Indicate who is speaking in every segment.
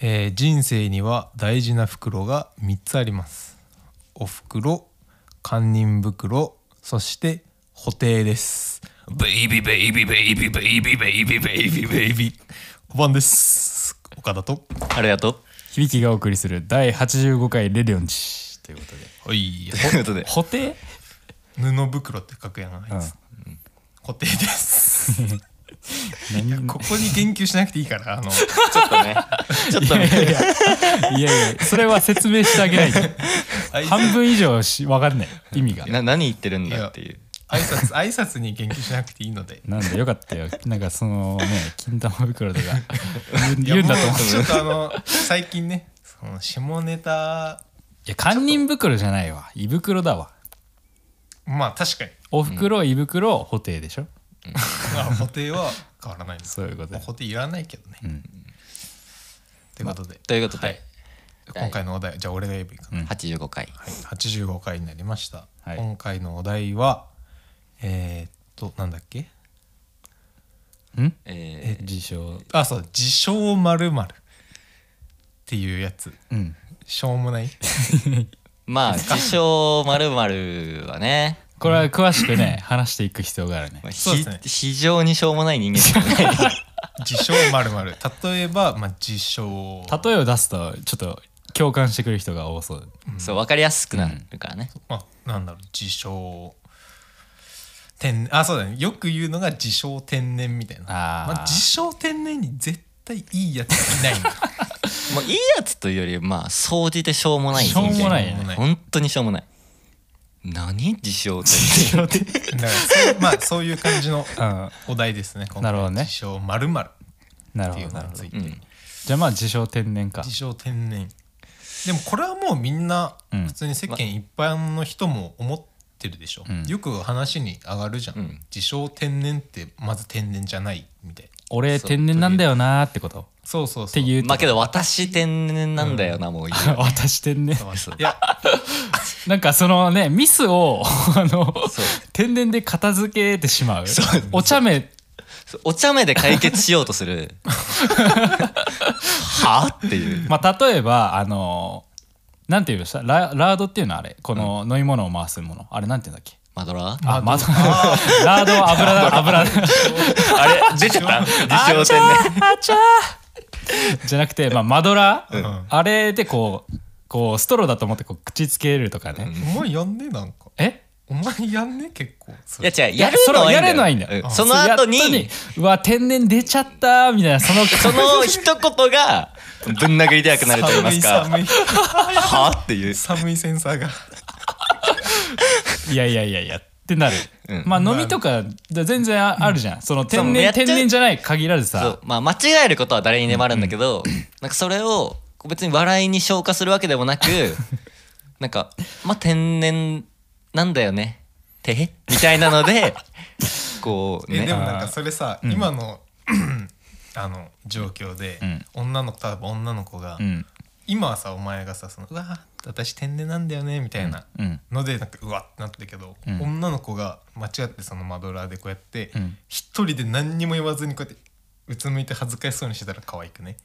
Speaker 1: えー人生には大事な袋が3つありますお袋堪忍袋そして補袋ですベイビーベイビーベイビーベイビーベイビーベイビーベイビーおばんです岡田と
Speaker 2: あれやと
Speaker 3: 響きがお送りする第85回レレオンチということで
Speaker 1: はい
Speaker 2: ということで
Speaker 3: 補袋
Speaker 1: 布袋って書くやんあいつ、補袋ですいやここに言及しなくていいからあの
Speaker 2: ちょっとね ちょっとね
Speaker 3: いやいやそれは説明してあげないと
Speaker 1: あ いつ
Speaker 3: 半分以上し分かんない意味が
Speaker 2: な何言ってるんだっていう
Speaker 1: 挨拶挨拶に言及しなくていいので
Speaker 3: なんでよかったよなんかそのね金玉袋とか言う言うんだと
Speaker 1: いやもう
Speaker 3: 思う
Speaker 1: ちょっとあの最近ねその下ネタ
Speaker 3: いや堪忍袋じゃないわ胃袋だわ
Speaker 1: まあ確かに
Speaker 3: お袋、胃袋補袋でしょ
Speaker 1: まあ補袋は変わらないです
Speaker 3: そういうこと
Speaker 1: まあ
Speaker 3: で
Speaker 1: 補袋いらないけどね、
Speaker 3: ん
Speaker 1: ということで、
Speaker 2: ということで、
Speaker 1: 今回のお題じゃあ俺が言えばいいかな、
Speaker 2: 85回
Speaker 1: はい、85回になりました、
Speaker 3: はい
Speaker 1: 今回のお題はえー、っとなんだっけ
Speaker 3: ん
Speaker 2: え
Speaker 3: 自称
Speaker 1: あそう「自称まるっていうやつ
Speaker 3: うん
Speaker 1: しょうもない
Speaker 2: ーまあ自称まるまるはね
Speaker 3: これは詳しくね話していく必要があるね
Speaker 2: まあ
Speaker 1: そうで
Speaker 2: ひ
Speaker 1: すね
Speaker 2: 非常にしょうもない人間しかない
Speaker 1: 自称まる例えば、まあ、自称
Speaker 3: 例えを出すとちょっと共感してくる人が多そう
Speaker 2: そう分かりやすくなるからね、
Speaker 1: まあ、なんだろう自称天あそうだねよく言うのが自称天然みたいな
Speaker 3: あー
Speaker 1: まあ、自称天然に絶対いいやついないの
Speaker 2: もういいやつというよりまあ総じてしょうもない人間
Speaker 3: しょうもないよ
Speaker 1: ね
Speaker 2: 本当にしょうもない何自称 って
Speaker 1: だからそうまあそういう感じの
Speaker 3: うん
Speaker 1: お題ですね今回
Speaker 3: なるほどね
Speaker 1: 自称まるっ
Speaker 3: なる
Speaker 1: てい
Speaker 3: ほ
Speaker 1: う
Speaker 3: ど
Speaker 1: のに
Speaker 3: なるほど
Speaker 1: ついて、
Speaker 3: じゃあまあ自称天然か
Speaker 1: 自称天然でもこれはもうみんな
Speaker 3: うん
Speaker 1: 普通に世間一般の人も思ってるでしょ、
Speaker 3: ん
Speaker 1: よく話に上がるじゃん、
Speaker 2: うん
Speaker 1: 自称天然ってまず天然じゃないみたいな
Speaker 3: 俺天然なんだよなーってことっ
Speaker 1: そうそうそう
Speaker 3: ていう
Speaker 2: まあけど私天然なんだよな、もういいよ
Speaker 3: 私天然
Speaker 1: いや
Speaker 3: なんかそのねミスをあの
Speaker 2: そう
Speaker 3: 天然で片付けてしまうお茶目
Speaker 2: そうお茶目で解決しようとす るはあっていう
Speaker 3: まあ例えばあのなんて言いましたララードっていうのはあれこの飲み物を回すものあれなんて言うんだっけ
Speaker 2: マドラー
Speaker 3: あまず ラードは油だ油だ
Speaker 2: あれ出てた自称天然
Speaker 3: あちゃーじゃなくて、まあ、マドラー、
Speaker 1: ん
Speaker 3: あれでこうこうストローだと思ってこう口つけるとかね、
Speaker 1: お前やんねなんか
Speaker 3: え
Speaker 1: お前やんね結構そ
Speaker 2: い
Speaker 1: れ
Speaker 2: や違うやる
Speaker 3: それ
Speaker 2: のはいいんだよ
Speaker 3: やれないんだよ、
Speaker 2: うその後に
Speaker 3: やっとうわ天然出ちゃったみたいなその
Speaker 2: その一言がぶん殴りたくなると言いますか
Speaker 1: 寒い
Speaker 2: はあっていう
Speaker 1: 寒い寒いセンサーが
Speaker 3: いやいやいやいやってなる、
Speaker 2: うん
Speaker 3: まあ飲みとか全然ああるじゃん、その
Speaker 2: そう
Speaker 3: 天
Speaker 2: もうや
Speaker 3: 然
Speaker 2: っちゃう
Speaker 3: 天然じゃない限らず
Speaker 2: そ
Speaker 3: さ
Speaker 2: うまあ間違えることは誰にでもあるんだけど、なんかそれを別に笑いに消化するわけでも なくなんかまあ天然なんだよねてへみたいなのでこう
Speaker 1: えでも
Speaker 2: ね
Speaker 1: なんかそれさ今の あの状況で
Speaker 3: ん
Speaker 1: 女の子例えば女の子が
Speaker 3: うん
Speaker 1: 今はさお前がさ「そのうわ私天然なんだよね」みたいな
Speaker 3: うん
Speaker 1: のでなんかうわってなったけど女の子が間違ってそのマドラーでこうやって
Speaker 3: うん
Speaker 1: 一人で何にも言わずにこうやってうつむいて恥ずかしそうにしてたら可愛くね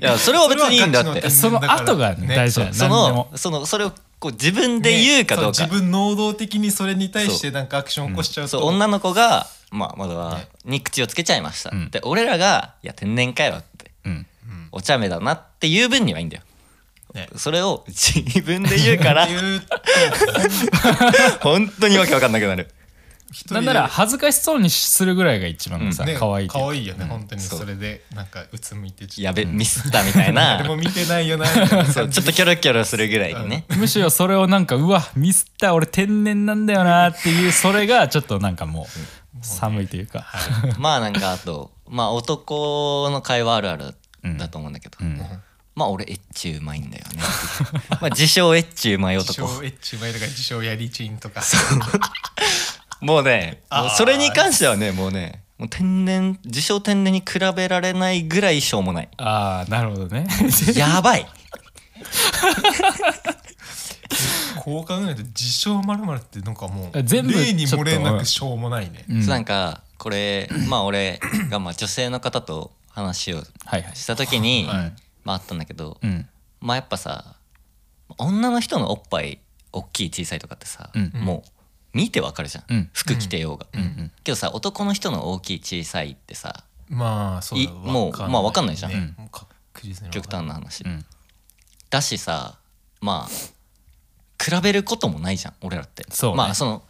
Speaker 2: いやそれは別にいいんだ
Speaker 1: そ
Speaker 2: っ
Speaker 1: れはガチの天然
Speaker 2: て
Speaker 3: その
Speaker 1: だから
Speaker 3: 後がね
Speaker 1: ね
Speaker 3: 大事だよ
Speaker 2: そ
Speaker 3: 何でも
Speaker 2: のそのそれをこう自分で言うかどう
Speaker 1: ねそ
Speaker 2: か、
Speaker 1: 自分能動的にそれに対してなんかアクション起こしちゃうと、
Speaker 2: そう女の子が「まあまだに口をつけちゃいました」
Speaker 3: ん
Speaker 2: で俺らが「いや天然かよ」って
Speaker 3: うん
Speaker 2: 「お茶目だな」っていう分にはいいんだよ。
Speaker 1: ね
Speaker 2: それを自分で言うか ら
Speaker 1: 言うと
Speaker 2: 本当にわけわかんなくなる。
Speaker 1: 一人
Speaker 3: なん
Speaker 1: で
Speaker 3: なら恥ずかしそうにするぐらいが一番さ、
Speaker 1: ね
Speaker 3: 可愛いけど
Speaker 1: 可愛いよね、本当に
Speaker 2: そう
Speaker 1: それでなんかうつむいてちょっ
Speaker 2: やべミスったみたい
Speaker 1: と誰も
Speaker 2: な
Speaker 1: 見てないよなみたいな
Speaker 2: そうちょっとキョロキョロするぐらいにね
Speaker 3: むしろそれをなんかうわミスった俺天然なんだよなっていうそれがちょっとなんかもう寒いというか、
Speaker 2: まあなんかあとまあ男の会話あるあるだと思うんだけど、
Speaker 3: うん、
Speaker 2: まあ俺エッチうまいんだよね まあ自称エッチうまい
Speaker 1: 自称
Speaker 2: 男
Speaker 1: エッチマイとか自称やりちんとか
Speaker 2: もうね
Speaker 1: あー
Speaker 2: もうそれに関してはねもうねもう天然自称天然に比べられないぐらいしょうもない
Speaker 3: ああなるほどね
Speaker 2: やばい
Speaker 1: こう考えると自称まるってなんかもう
Speaker 3: 全部
Speaker 1: 例に
Speaker 3: ちょっ
Speaker 1: 漏
Speaker 3: と
Speaker 1: れなくしょうもないね、
Speaker 3: ん
Speaker 2: なんかこれまあ俺がまあ女性の方と話を
Speaker 3: はいはい
Speaker 2: した時に、
Speaker 3: はい
Speaker 2: まああったんだけど、
Speaker 3: うん
Speaker 2: まあやっぱさ女の人のおっぱい大きい小さいとかってさ、
Speaker 3: うん
Speaker 2: もう見てわかるじゃん、
Speaker 3: うん
Speaker 2: 服着てようが、
Speaker 3: ん
Speaker 2: けどさ男の人の大きい小さいってさ
Speaker 1: まあそうだ
Speaker 2: いも
Speaker 1: わ
Speaker 2: う
Speaker 1: かんない
Speaker 2: まあわかんないじゃん
Speaker 1: ねもう確実に
Speaker 2: 極端な話、
Speaker 3: うん
Speaker 2: だしさまあ比べることもないじゃん俺らって
Speaker 3: そうね
Speaker 2: まあその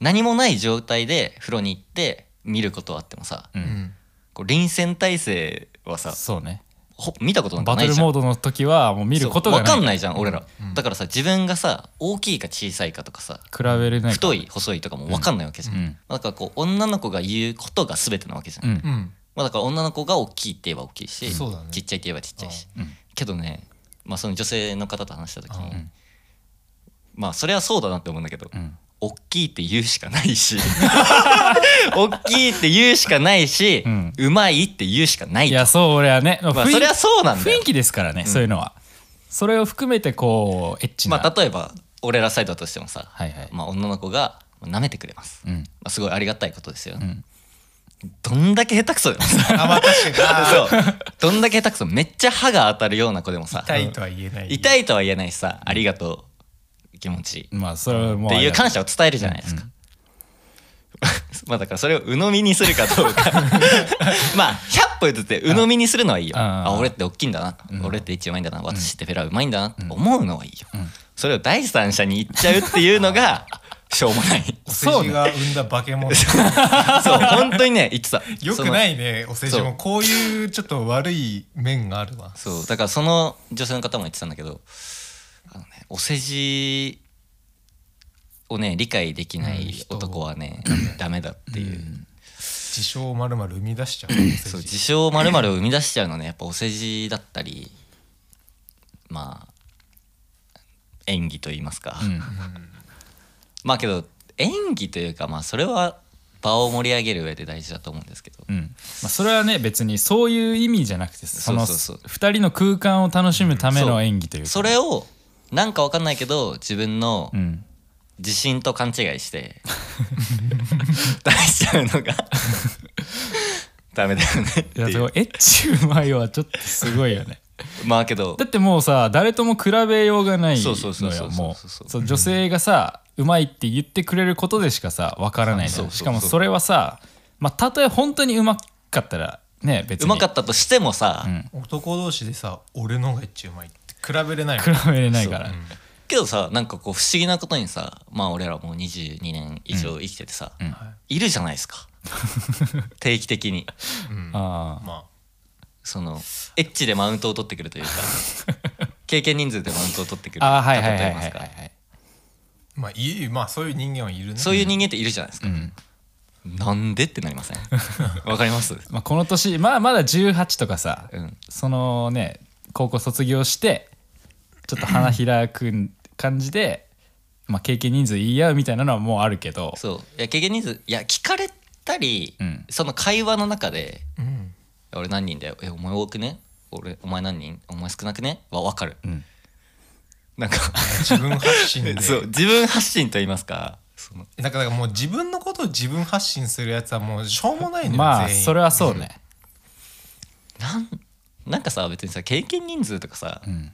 Speaker 2: 何もない状態で風呂に行って見ることはあってもさ、
Speaker 3: う
Speaker 1: うんん
Speaker 2: こう臨戦態勢はさ
Speaker 3: そうね
Speaker 2: ほ見たことなんか
Speaker 3: バ
Speaker 2: な
Speaker 3: ト
Speaker 2: い
Speaker 3: ル
Speaker 2: じゃん
Speaker 3: モードの時はもう見ることが
Speaker 2: そうわかん
Speaker 3: い
Speaker 2: ないじゃん俺ら、
Speaker 1: うん
Speaker 2: だからさ自分がさ大きいか小さいかとかさ
Speaker 3: 比べれない
Speaker 2: 太い細いとかもわかんないわけじゃん、
Speaker 3: うん
Speaker 2: まあだからこう女の子が言うことが全てなわけじゃん、
Speaker 3: うん
Speaker 1: うん
Speaker 2: まあ、だから女の子が大きいって言えば大きいし、
Speaker 1: そうだね
Speaker 2: ちっちゃいって言えばちっちゃいし、
Speaker 3: うんうん
Speaker 2: けどね、まあ、その女性の方と話した時に、
Speaker 1: うん
Speaker 2: まあそれはそうだなって思うんだけど、
Speaker 3: うん
Speaker 2: 大きいって言うしかない し大きいって言うしかないし、
Speaker 3: う
Speaker 2: うんまいって言うしかない
Speaker 3: いやそう俺はね
Speaker 2: まあ、
Speaker 3: 雰囲
Speaker 2: それはそうなんだ
Speaker 3: 雰
Speaker 2: よ
Speaker 3: 囲、気ですからねそういうのはそれを含めてこうエッチな
Speaker 2: まあ、例えば俺らサイドだとしてもさ、
Speaker 3: はいはい
Speaker 2: まあ、女の子が舐めてくれます、
Speaker 3: うん
Speaker 2: まあ、すごいありがたいことですよ、
Speaker 3: ん
Speaker 2: どんだけ下手くそでもさ
Speaker 1: あまあ確かに
Speaker 2: そうどんだけ下手くそめっちゃ歯が当たるような子でもさ
Speaker 1: 痛いとは言えない
Speaker 2: 痛いとは言えないしさありがとう気持ち
Speaker 3: まあそれはも
Speaker 2: っ
Speaker 3: う
Speaker 2: て
Speaker 3: あ
Speaker 2: い
Speaker 3: れ
Speaker 2: う
Speaker 3: だ
Speaker 2: 感謝を伝えるじゃないですか、 まあだからそれを鵜呑みにするかどうかまあ100歩譲って鵜呑みにするのはいいよ
Speaker 3: うん
Speaker 2: あ俺って大きいんだな、俺って一うまいんだな私ってフェラうまいんだなって思うのはいいよ、それを第三者に言っちゃうっていうのがしょうもない
Speaker 1: お世辞が生んだ化け 物
Speaker 2: そう本当にね言ってた
Speaker 1: よく
Speaker 2: い
Speaker 1: ないねお世辞もこういうちょっと悪い面があるわ
Speaker 2: そうだからその女性の方も言ってたんだけどあの、ね、お世辞をね理解できな
Speaker 1: うん
Speaker 2: い
Speaker 1: 人を
Speaker 2: 男はね、ダメだっていう、
Speaker 1: 自称まるまる生み出しちゃうお世辞
Speaker 2: そう自称まるを生み出しちゃうのねやっぱお世辞だったりまあ演技と言いますか、
Speaker 3: うん
Speaker 2: まあけど演技というかまあそれは場を盛り上げる上で大事だと思うんですけど、
Speaker 3: うんまあ、それはね別にそういう意味じゃなくてその
Speaker 2: そうそうそう
Speaker 3: 2人の空間を楽しむため
Speaker 2: そ
Speaker 3: の
Speaker 2: う
Speaker 3: 演技というか
Speaker 2: それをなんかわかんないけど自分の
Speaker 3: うん
Speaker 2: 自信と勘違いして 出しちゃうのがダメだよねって
Speaker 3: いや
Speaker 2: い
Speaker 3: で
Speaker 2: う
Speaker 3: もエッチうまいはちょっとすごいよね
Speaker 2: まあけど
Speaker 3: だってもうさ誰とも比べようがない
Speaker 2: そうそうそう
Speaker 3: の
Speaker 2: そ
Speaker 3: よ
Speaker 2: う
Speaker 3: も
Speaker 2: そうそうう
Speaker 3: そう女性がさうまいって言ってくれることでしかさわからないじゃ
Speaker 2: そ
Speaker 3: ん
Speaker 2: うそうそう
Speaker 3: しかもそれはさまあたとえ本当にうまかったらね別
Speaker 2: う
Speaker 3: に
Speaker 2: まか
Speaker 3: 比
Speaker 2: ったとしてもさ、
Speaker 3: うん
Speaker 1: 男同士でさ俺のが一応うまいって比べれないもん
Speaker 3: べれないから
Speaker 1: うん
Speaker 2: けどさなんかこう不思議なことにさまあ俺らもう22年以上生きててさ、
Speaker 3: ん
Speaker 1: はい
Speaker 2: るじゃないです か定期的に
Speaker 1: うんま
Speaker 3: ああ
Speaker 1: あ
Speaker 2: そのエッチでマウントを取ってくるというか 経験人数でマウントを取ってくる
Speaker 3: ああはいはいはい
Speaker 2: 方といま
Speaker 3: はいはい
Speaker 2: す
Speaker 3: は
Speaker 2: か
Speaker 3: い
Speaker 1: まあいいまあそういう人間はいるね
Speaker 2: そういう人間っているじゃないですか、なんでってなりませ んわかります
Speaker 3: まあ、この年まあまだ18とかさ、
Speaker 2: うん
Speaker 3: そのね高校卒業してちょっと花開く感じで、まあ、経験人数言い合うみたいなのはもうあるけど
Speaker 2: そういや経験人数いや聞かれたり、
Speaker 3: うん
Speaker 2: その会話の中で
Speaker 1: うん
Speaker 2: 「俺何人だよえお前多くね俺お前何人お前少なくね?」は分かる、
Speaker 3: ん
Speaker 2: なんか
Speaker 1: 自分発信で
Speaker 2: そう自分発信と言いますかその
Speaker 1: だからもう自分のことを自分発信するやつはもうしょうもないのよ
Speaker 3: まあ
Speaker 1: 全員
Speaker 3: それはそうね、
Speaker 2: なんなんかさ別にさ経験人数とかさ、
Speaker 3: ん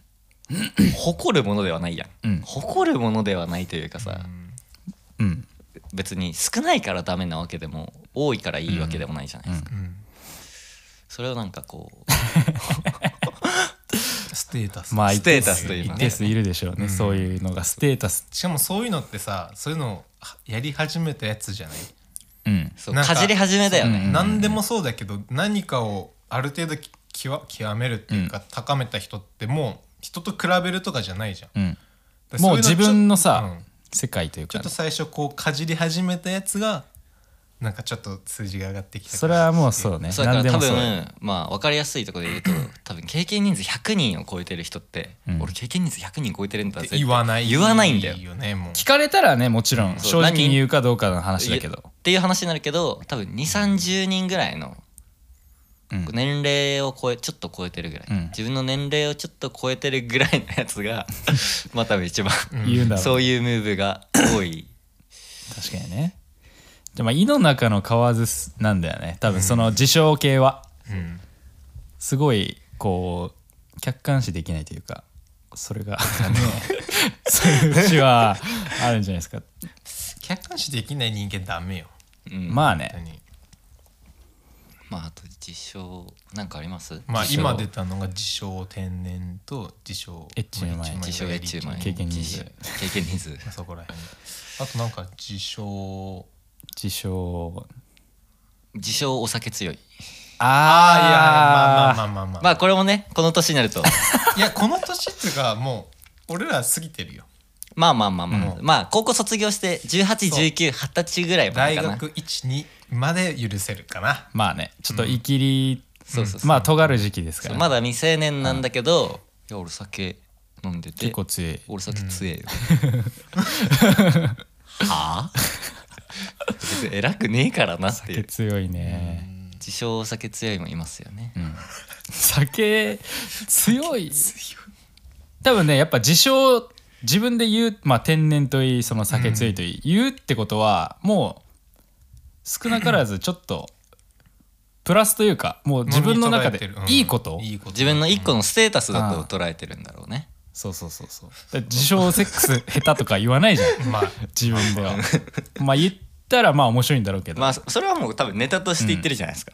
Speaker 2: 誇るものではないやん、
Speaker 3: うん
Speaker 2: 誇るものではないというかさ、
Speaker 3: うん、
Speaker 2: 別に少ないからダメなわけでも多いからいいわけでもないじゃないですか、
Speaker 1: うん
Speaker 2: それをなんかこう
Speaker 1: ステータス
Speaker 3: まあ
Speaker 2: ステータスというか
Speaker 3: 一
Speaker 2: ね
Speaker 3: 定数いるでしょうね、そういうのがステータス
Speaker 1: しかもそういうのってさそういうのをやり始めたやつじゃない
Speaker 3: うん
Speaker 2: そう
Speaker 1: なんか
Speaker 2: かじり始めだよね、
Speaker 1: 何でもそうだけど何かをある程度き極極めるっていうか、高めた人ってもう人と比べるとかじゃないじゃん
Speaker 3: うん
Speaker 1: だから
Speaker 3: もう
Speaker 1: そい
Speaker 3: 自
Speaker 1: のちょ
Speaker 3: 分のさ、
Speaker 1: うん
Speaker 3: 世界という
Speaker 1: ちょ
Speaker 3: か
Speaker 1: っと最初こうかじり始めたやつがなんかちょっと数字が上がってきたから
Speaker 3: それはもうそうね
Speaker 2: そうだか
Speaker 3: 何で
Speaker 2: ら多
Speaker 3: もそう
Speaker 2: 分まあ分かりやすいところで言うと多分経験人数100人を超えてる人って、俺経験人数100人超えてるんだ
Speaker 1: っ
Speaker 2: ぜ
Speaker 1: て言わない
Speaker 2: 言わないんだよ
Speaker 1: いいよねもう
Speaker 3: 聞かれたらねもちろん
Speaker 2: そう
Speaker 3: 正直
Speaker 2: 何
Speaker 3: に言うかどうかの話だけど
Speaker 2: っていう話になるけど多分2三3 0人ぐらいの
Speaker 3: うん
Speaker 2: 年齢を超えちょっと超えてるぐらい、
Speaker 3: うん
Speaker 2: 自分の年齢をちょっと超えてるぐらいのやつ がまあ多分一番
Speaker 3: 言うんだろうね
Speaker 2: そういうムーブが多い
Speaker 3: 確かにねでも胃の中の蛙なんだよね多分その自称系は
Speaker 1: うん
Speaker 3: すごいこう客観視できないというかそれがね そういう節はあるんじゃないですか
Speaker 1: 客観視できない人間ダメよ
Speaker 2: うん
Speaker 3: まあ
Speaker 1: 本当
Speaker 3: ね
Speaker 1: に
Speaker 2: まああと自称なんかあります
Speaker 1: まあ
Speaker 2: 自称
Speaker 1: 今出たのが自称天然と自称
Speaker 3: エッチうまい
Speaker 1: まあ
Speaker 2: 自称エッチうまい
Speaker 3: 経験人数
Speaker 2: 自経験人数
Speaker 1: まあそこら辺あとなんか自称
Speaker 3: 自称
Speaker 2: 自称お酒強い
Speaker 1: ああいやまあ
Speaker 3: あ
Speaker 1: まあまあまあ、
Speaker 2: まあこれもねこの年になる と
Speaker 1: いやこの年っていうかもう俺ら過ぎてるよ
Speaker 2: まあまあまあまあ、
Speaker 1: う
Speaker 2: まあ高校卒業して181920歳ぐらいま
Speaker 1: 大
Speaker 2: でかな
Speaker 1: 学12まで許せるかな
Speaker 3: まあねちょっといきり、
Speaker 2: そうそうそう
Speaker 3: まあ尖る時期ですか
Speaker 2: そ
Speaker 3: ら
Speaker 2: う
Speaker 3: ね、
Speaker 2: まだ未成年なんだけど、いや俺酒飲んでて
Speaker 3: 結構強い
Speaker 2: 俺酒強えよ、 はあ別に偉くねえからなってい
Speaker 3: 酒
Speaker 2: う
Speaker 3: 強いね、
Speaker 2: 自称お酒強いもいますよね、
Speaker 3: うん酒強い多分ねやっぱ自称自分で言う、まあ、天然といいその酒強いといい、言うってことはもう少なからずちょっとプラスというかもう自分の中
Speaker 1: もう認め
Speaker 3: で
Speaker 1: てるうん
Speaker 3: いいこと、
Speaker 1: いいこと
Speaker 2: 自分の一個のステータスだ
Speaker 3: うん
Speaker 2: と捉えてるんだろうね、
Speaker 3: そうそうそうそうだから自称セックス下手とか言わないじゃん
Speaker 1: まあ
Speaker 3: 自分ではまあ言ったらまあ面白いんだろうけど、
Speaker 2: まあそれはもう多分ネタとして言ってるじゃないですか、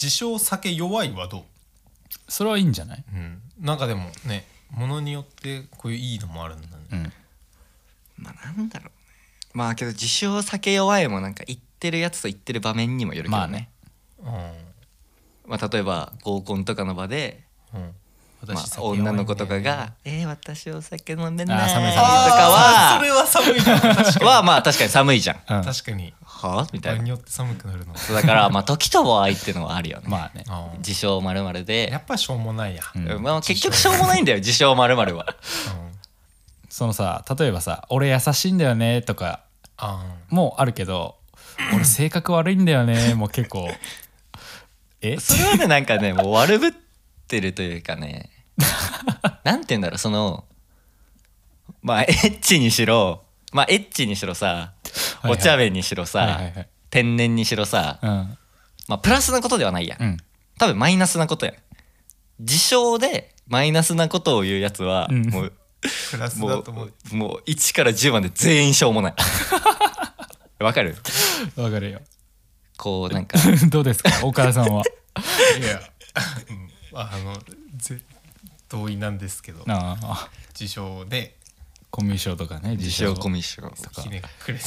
Speaker 1: 自称酒弱いはどう
Speaker 3: それはいいんじゃない、
Speaker 1: うん、なんかでもねものによってこういういいのもあるんだね、
Speaker 3: うん、
Speaker 2: まあなんだろうねまあけど自称酒弱いもなんか言ってるやつと言ってる場面にもよるけどね,、
Speaker 3: ま
Speaker 2: ま
Speaker 3: あ
Speaker 2: あ、
Speaker 3: ね
Speaker 1: う
Speaker 2: 例えば合コンとかの場で、
Speaker 1: んうん、私
Speaker 2: まあ、
Speaker 1: 酒弱いね
Speaker 2: 女の子とかが「えー、私お酒飲め
Speaker 3: あ
Speaker 2: な
Speaker 3: ー
Speaker 2: い」と
Speaker 3: 寒い寒い
Speaker 2: か
Speaker 1: あーそ
Speaker 2: は
Speaker 1: れは寒いな
Speaker 2: はまあ確かに寒いじゃん。
Speaker 3: うん
Speaker 1: 確かに
Speaker 2: はあみ
Speaker 1: こ
Speaker 2: た
Speaker 1: れ
Speaker 2: いな
Speaker 1: に。よって寒くなるの
Speaker 2: そうだからまあ時と場合っていうのはあるよね。
Speaker 3: まあね
Speaker 1: あー
Speaker 2: 自称まるまる
Speaker 1: や
Speaker 2: で、
Speaker 1: っぱしょうもないや、うん
Speaker 2: まあ、結局しょうもないんだよ自称まるまるは。
Speaker 3: そのさ例えばさ「俺優しいんだよね」とか
Speaker 1: あ
Speaker 3: もあるけど俺性格悪いんだよ ねもう結構え
Speaker 2: それはねなんかねもう悪ぶってるというかねなんて言うんだろうそのまあエッチにしろまあエッチにしろさ
Speaker 3: はいはい
Speaker 2: お茶目にしろさ、
Speaker 3: はいはいはい
Speaker 2: 天然にしろさ、
Speaker 3: うん
Speaker 2: まあプラスなことではないや、、
Speaker 3: うんん
Speaker 2: 多分マイナスなことや自称でマイナスなことを言うやつは、
Speaker 3: うん
Speaker 2: もう
Speaker 1: ープラス
Speaker 2: も
Speaker 1: だと思う
Speaker 2: うもう1から10まで全員しょうもない わかる
Speaker 3: わかるよ
Speaker 2: こうなんか
Speaker 3: どうですか岡田さん はい
Speaker 1: やうんあのぜ同意なんですけど
Speaker 3: なあ
Speaker 1: 自称で
Speaker 3: コミュ障とかね
Speaker 2: 自称コミュ障
Speaker 1: ひねくれて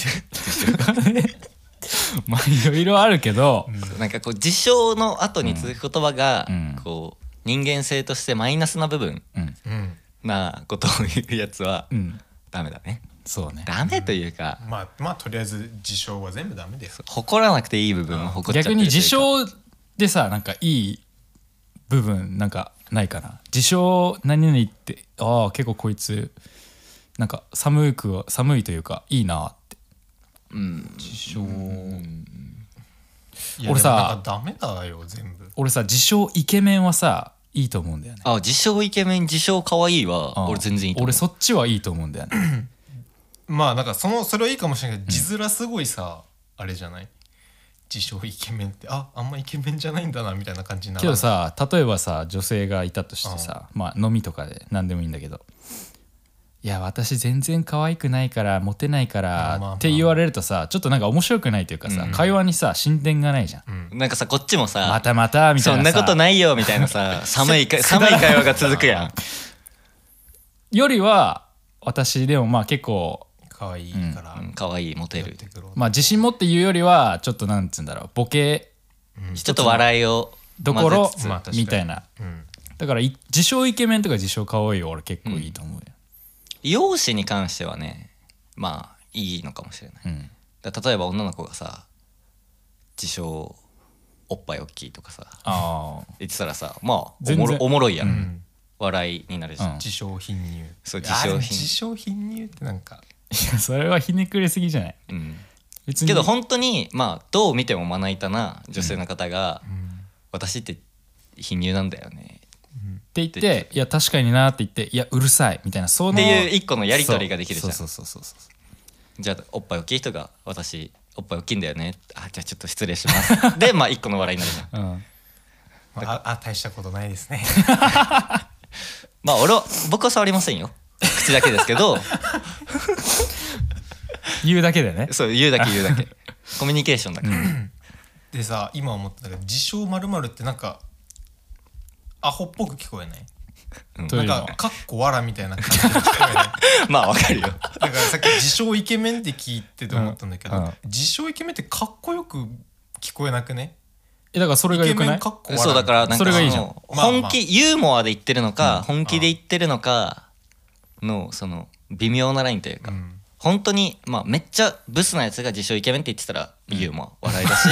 Speaker 3: まあいろいろあるけど、
Speaker 2: なんかこう自称の後に続く言葉が、
Speaker 3: うん
Speaker 2: こう人間性としてマイナスな部分
Speaker 3: うん
Speaker 1: る、うん、
Speaker 2: なことを言うやつは
Speaker 3: うん、
Speaker 2: ダメだね
Speaker 3: そうね
Speaker 2: ダメというか、
Speaker 1: まあまあとりあえず自称は全部ダメです
Speaker 2: 誇らなくていい部分も誇っちゃって
Speaker 3: 逆
Speaker 2: ると
Speaker 3: に
Speaker 2: いうか
Speaker 3: 自称でさなんかいい部分なんかないかな自称何々ってああ結構こいつなんか寒くは寒いというかいいなって
Speaker 2: うん
Speaker 1: 自称いや
Speaker 3: 俺さ
Speaker 1: でもなんかダメだよ全部
Speaker 3: 俺さ自称イケメンはさいいと思うんだよね
Speaker 2: あ自称イケメン自称可愛いは
Speaker 3: うん
Speaker 2: 俺全然いいと思う
Speaker 3: 俺そっちはいいと思うんだよね
Speaker 1: まあなんかそのそれはいいかもしれないけど字面すごいさ、あれじゃない自称イケメンってああんまイケメンじゃないんだなみたいな感じになる
Speaker 3: けどさ例えばさ女性がいたとしてさまあ飲みとかで何でもいいんだけどいや私全然可愛くないからモテないか
Speaker 1: あまあまあ
Speaker 3: らって言われるとさちょっとなんか面白くないというかさ会話にさ進展がないじゃん
Speaker 2: なんかさこっちもさ
Speaker 3: またまたみた
Speaker 2: そ
Speaker 3: いなんさ
Speaker 2: なことないよみたいな さ寒いか寒い会話が続くやん
Speaker 3: よりは私でもまあ結構、
Speaker 1: 可愛いから、
Speaker 2: うん可愛いモテ
Speaker 1: やっ
Speaker 2: る
Speaker 1: てくろう
Speaker 3: まあ、自信持って言うよりはちょっとなんつうんだろうボケ
Speaker 2: ちょっと笑いを
Speaker 3: どころ
Speaker 2: 混ぜつつ
Speaker 1: まあ確かに
Speaker 3: みたいな
Speaker 1: うん
Speaker 3: だからい自称イケメンとか自称可愛いよ俺結構いいと思うよ、
Speaker 2: 容姿に関してはねまあいいのかもしれない
Speaker 3: うん
Speaker 2: だから例えば女の子がさ自称おっぱい大きいとかさ
Speaker 3: ああ
Speaker 2: 言ってたらさまあお
Speaker 3: 全
Speaker 2: も
Speaker 3: 然
Speaker 2: ろおもろいやん、
Speaker 1: ん
Speaker 2: 笑いになるじゃん、
Speaker 3: うん
Speaker 1: 自称貧乳
Speaker 2: そう
Speaker 1: いやでも
Speaker 2: 自称貧
Speaker 1: 自称貧乳ってなんか
Speaker 3: いやそれはひねくれすぎじゃない
Speaker 2: うん
Speaker 3: 別に
Speaker 2: けど本当にまあどう見てもまな板な女性の方が「私って貧乳なんだよね」
Speaker 3: って言っていや確かになって言っていやうるさいみたいなその
Speaker 2: っていう一個のやり取りができるじゃん
Speaker 3: そうそうそうそうそう
Speaker 2: じゃあおっぱい大きい人が「私おっぱい大きいんだよね」あじゃあちょっと失礼し ます」でまあ一個の笑いになるじゃん
Speaker 3: そう、うん、
Speaker 1: まあああ大したことないですね
Speaker 2: まあ俺は僕は触りませんよ口だけですけ ど
Speaker 3: 言うだけでね
Speaker 2: そう言うだけ言うだけコミュニケーションだから、
Speaker 1: でさ今思ったけど自称まるってなんかアホっぽく聞こえない
Speaker 3: というの
Speaker 1: なん
Speaker 3: は
Speaker 1: かかっこわらみたいな感じで聞こえない
Speaker 2: まあわかるよ
Speaker 1: だからさっき自称イケメンって聞いてて思ったんだけど、
Speaker 3: うんうん
Speaker 1: 自称イケメンってかっこよく聞こえなくね
Speaker 3: えだからそれが
Speaker 1: イ
Speaker 3: よ
Speaker 1: ケ
Speaker 3: く
Speaker 1: メ
Speaker 3: な
Speaker 1: ン
Speaker 3: い
Speaker 1: かっこ悪い
Speaker 2: そうだからなん
Speaker 3: そ
Speaker 2: か
Speaker 3: れがいいじゃん
Speaker 2: の
Speaker 1: まあまあ
Speaker 2: 本気ユーモアで言ってるのか本気で言ってるのかのその微妙なラインというか
Speaker 1: うん
Speaker 2: 本当にまあめっちゃブスなやつが自称イケメンって言ってたらユーモア笑いだ し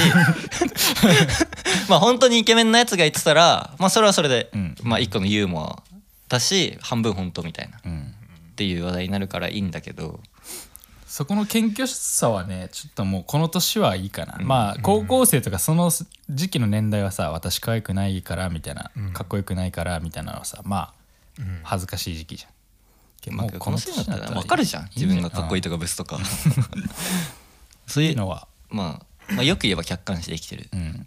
Speaker 2: まあ本当にイケメンなやつが言ってたらまあそれはそれで
Speaker 3: うん
Speaker 2: まあ一個のユーモアだし半分本当みたいなっ
Speaker 3: うん
Speaker 2: ていう話題になるからいいんだけど
Speaker 3: そこの謙虚さはねちょっともうこの年はいいかな、まあ高校生とかその時期の年代はさ私可愛くないからみたいな、かっこよくないからみたいなのはさまあ、恥ずかしい時期じゃんけど
Speaker 2: まあこの人だったらわかるじゃん
Speaker 3: いい
Speaker 2: 自分がかっこいい
Speaker 3: い
Speaker 2: とかブスと かそう
Speaker 3: い
Speaker 2: いうう
Speaker 3: のは
Speaker 2: まあまあよく言えば客観視できてる
Speaker 3: うん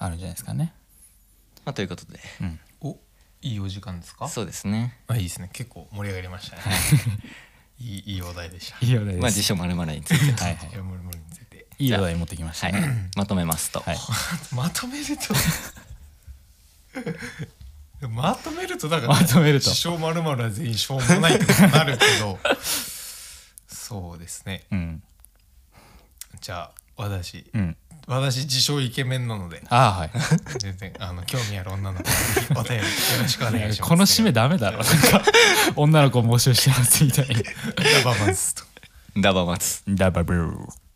Speaker 3: あるんじゃないですかね
Speaker 2: まあということで
Speaker 1: おいいお時間ですか
Speaker 2: そうですね
Speaker 1: あいいですね結構盛り上がりました ねいいいいお題でした
Speaker 3: いいお題です、
Speaker 2: まあ自称まるまるについ て
Speaker 3: はいはい
Speaker 1: いやもうもう全然
Speaker 3: いいお題持ってきました
Speaker 2: はい
Speaker 3: ね、
Speaker 2: まとめますと、
Speaker 3: はい
Speaker 1: まと めるとまとめるとだから
Speaker 3: まとめると
Speaker 1: 自称まるまるは全員しょうもないことになるけどそうですね
Speaker 3: うん
Speaker 1: じゃあ私、
Speaker 3: うん
Speaker 1: 私自称イケメンなので
Speaker 3: ああはい
Speaker 1: 全然あの興味ある女の子にお便りよろしくお願いします、
Speaker 3: この締めダメだろなんか女の子募集してますみたいに
Speaker 1: ラバーマンスと
Speaker 2: ダバマツ
Speaker 3: ダバブー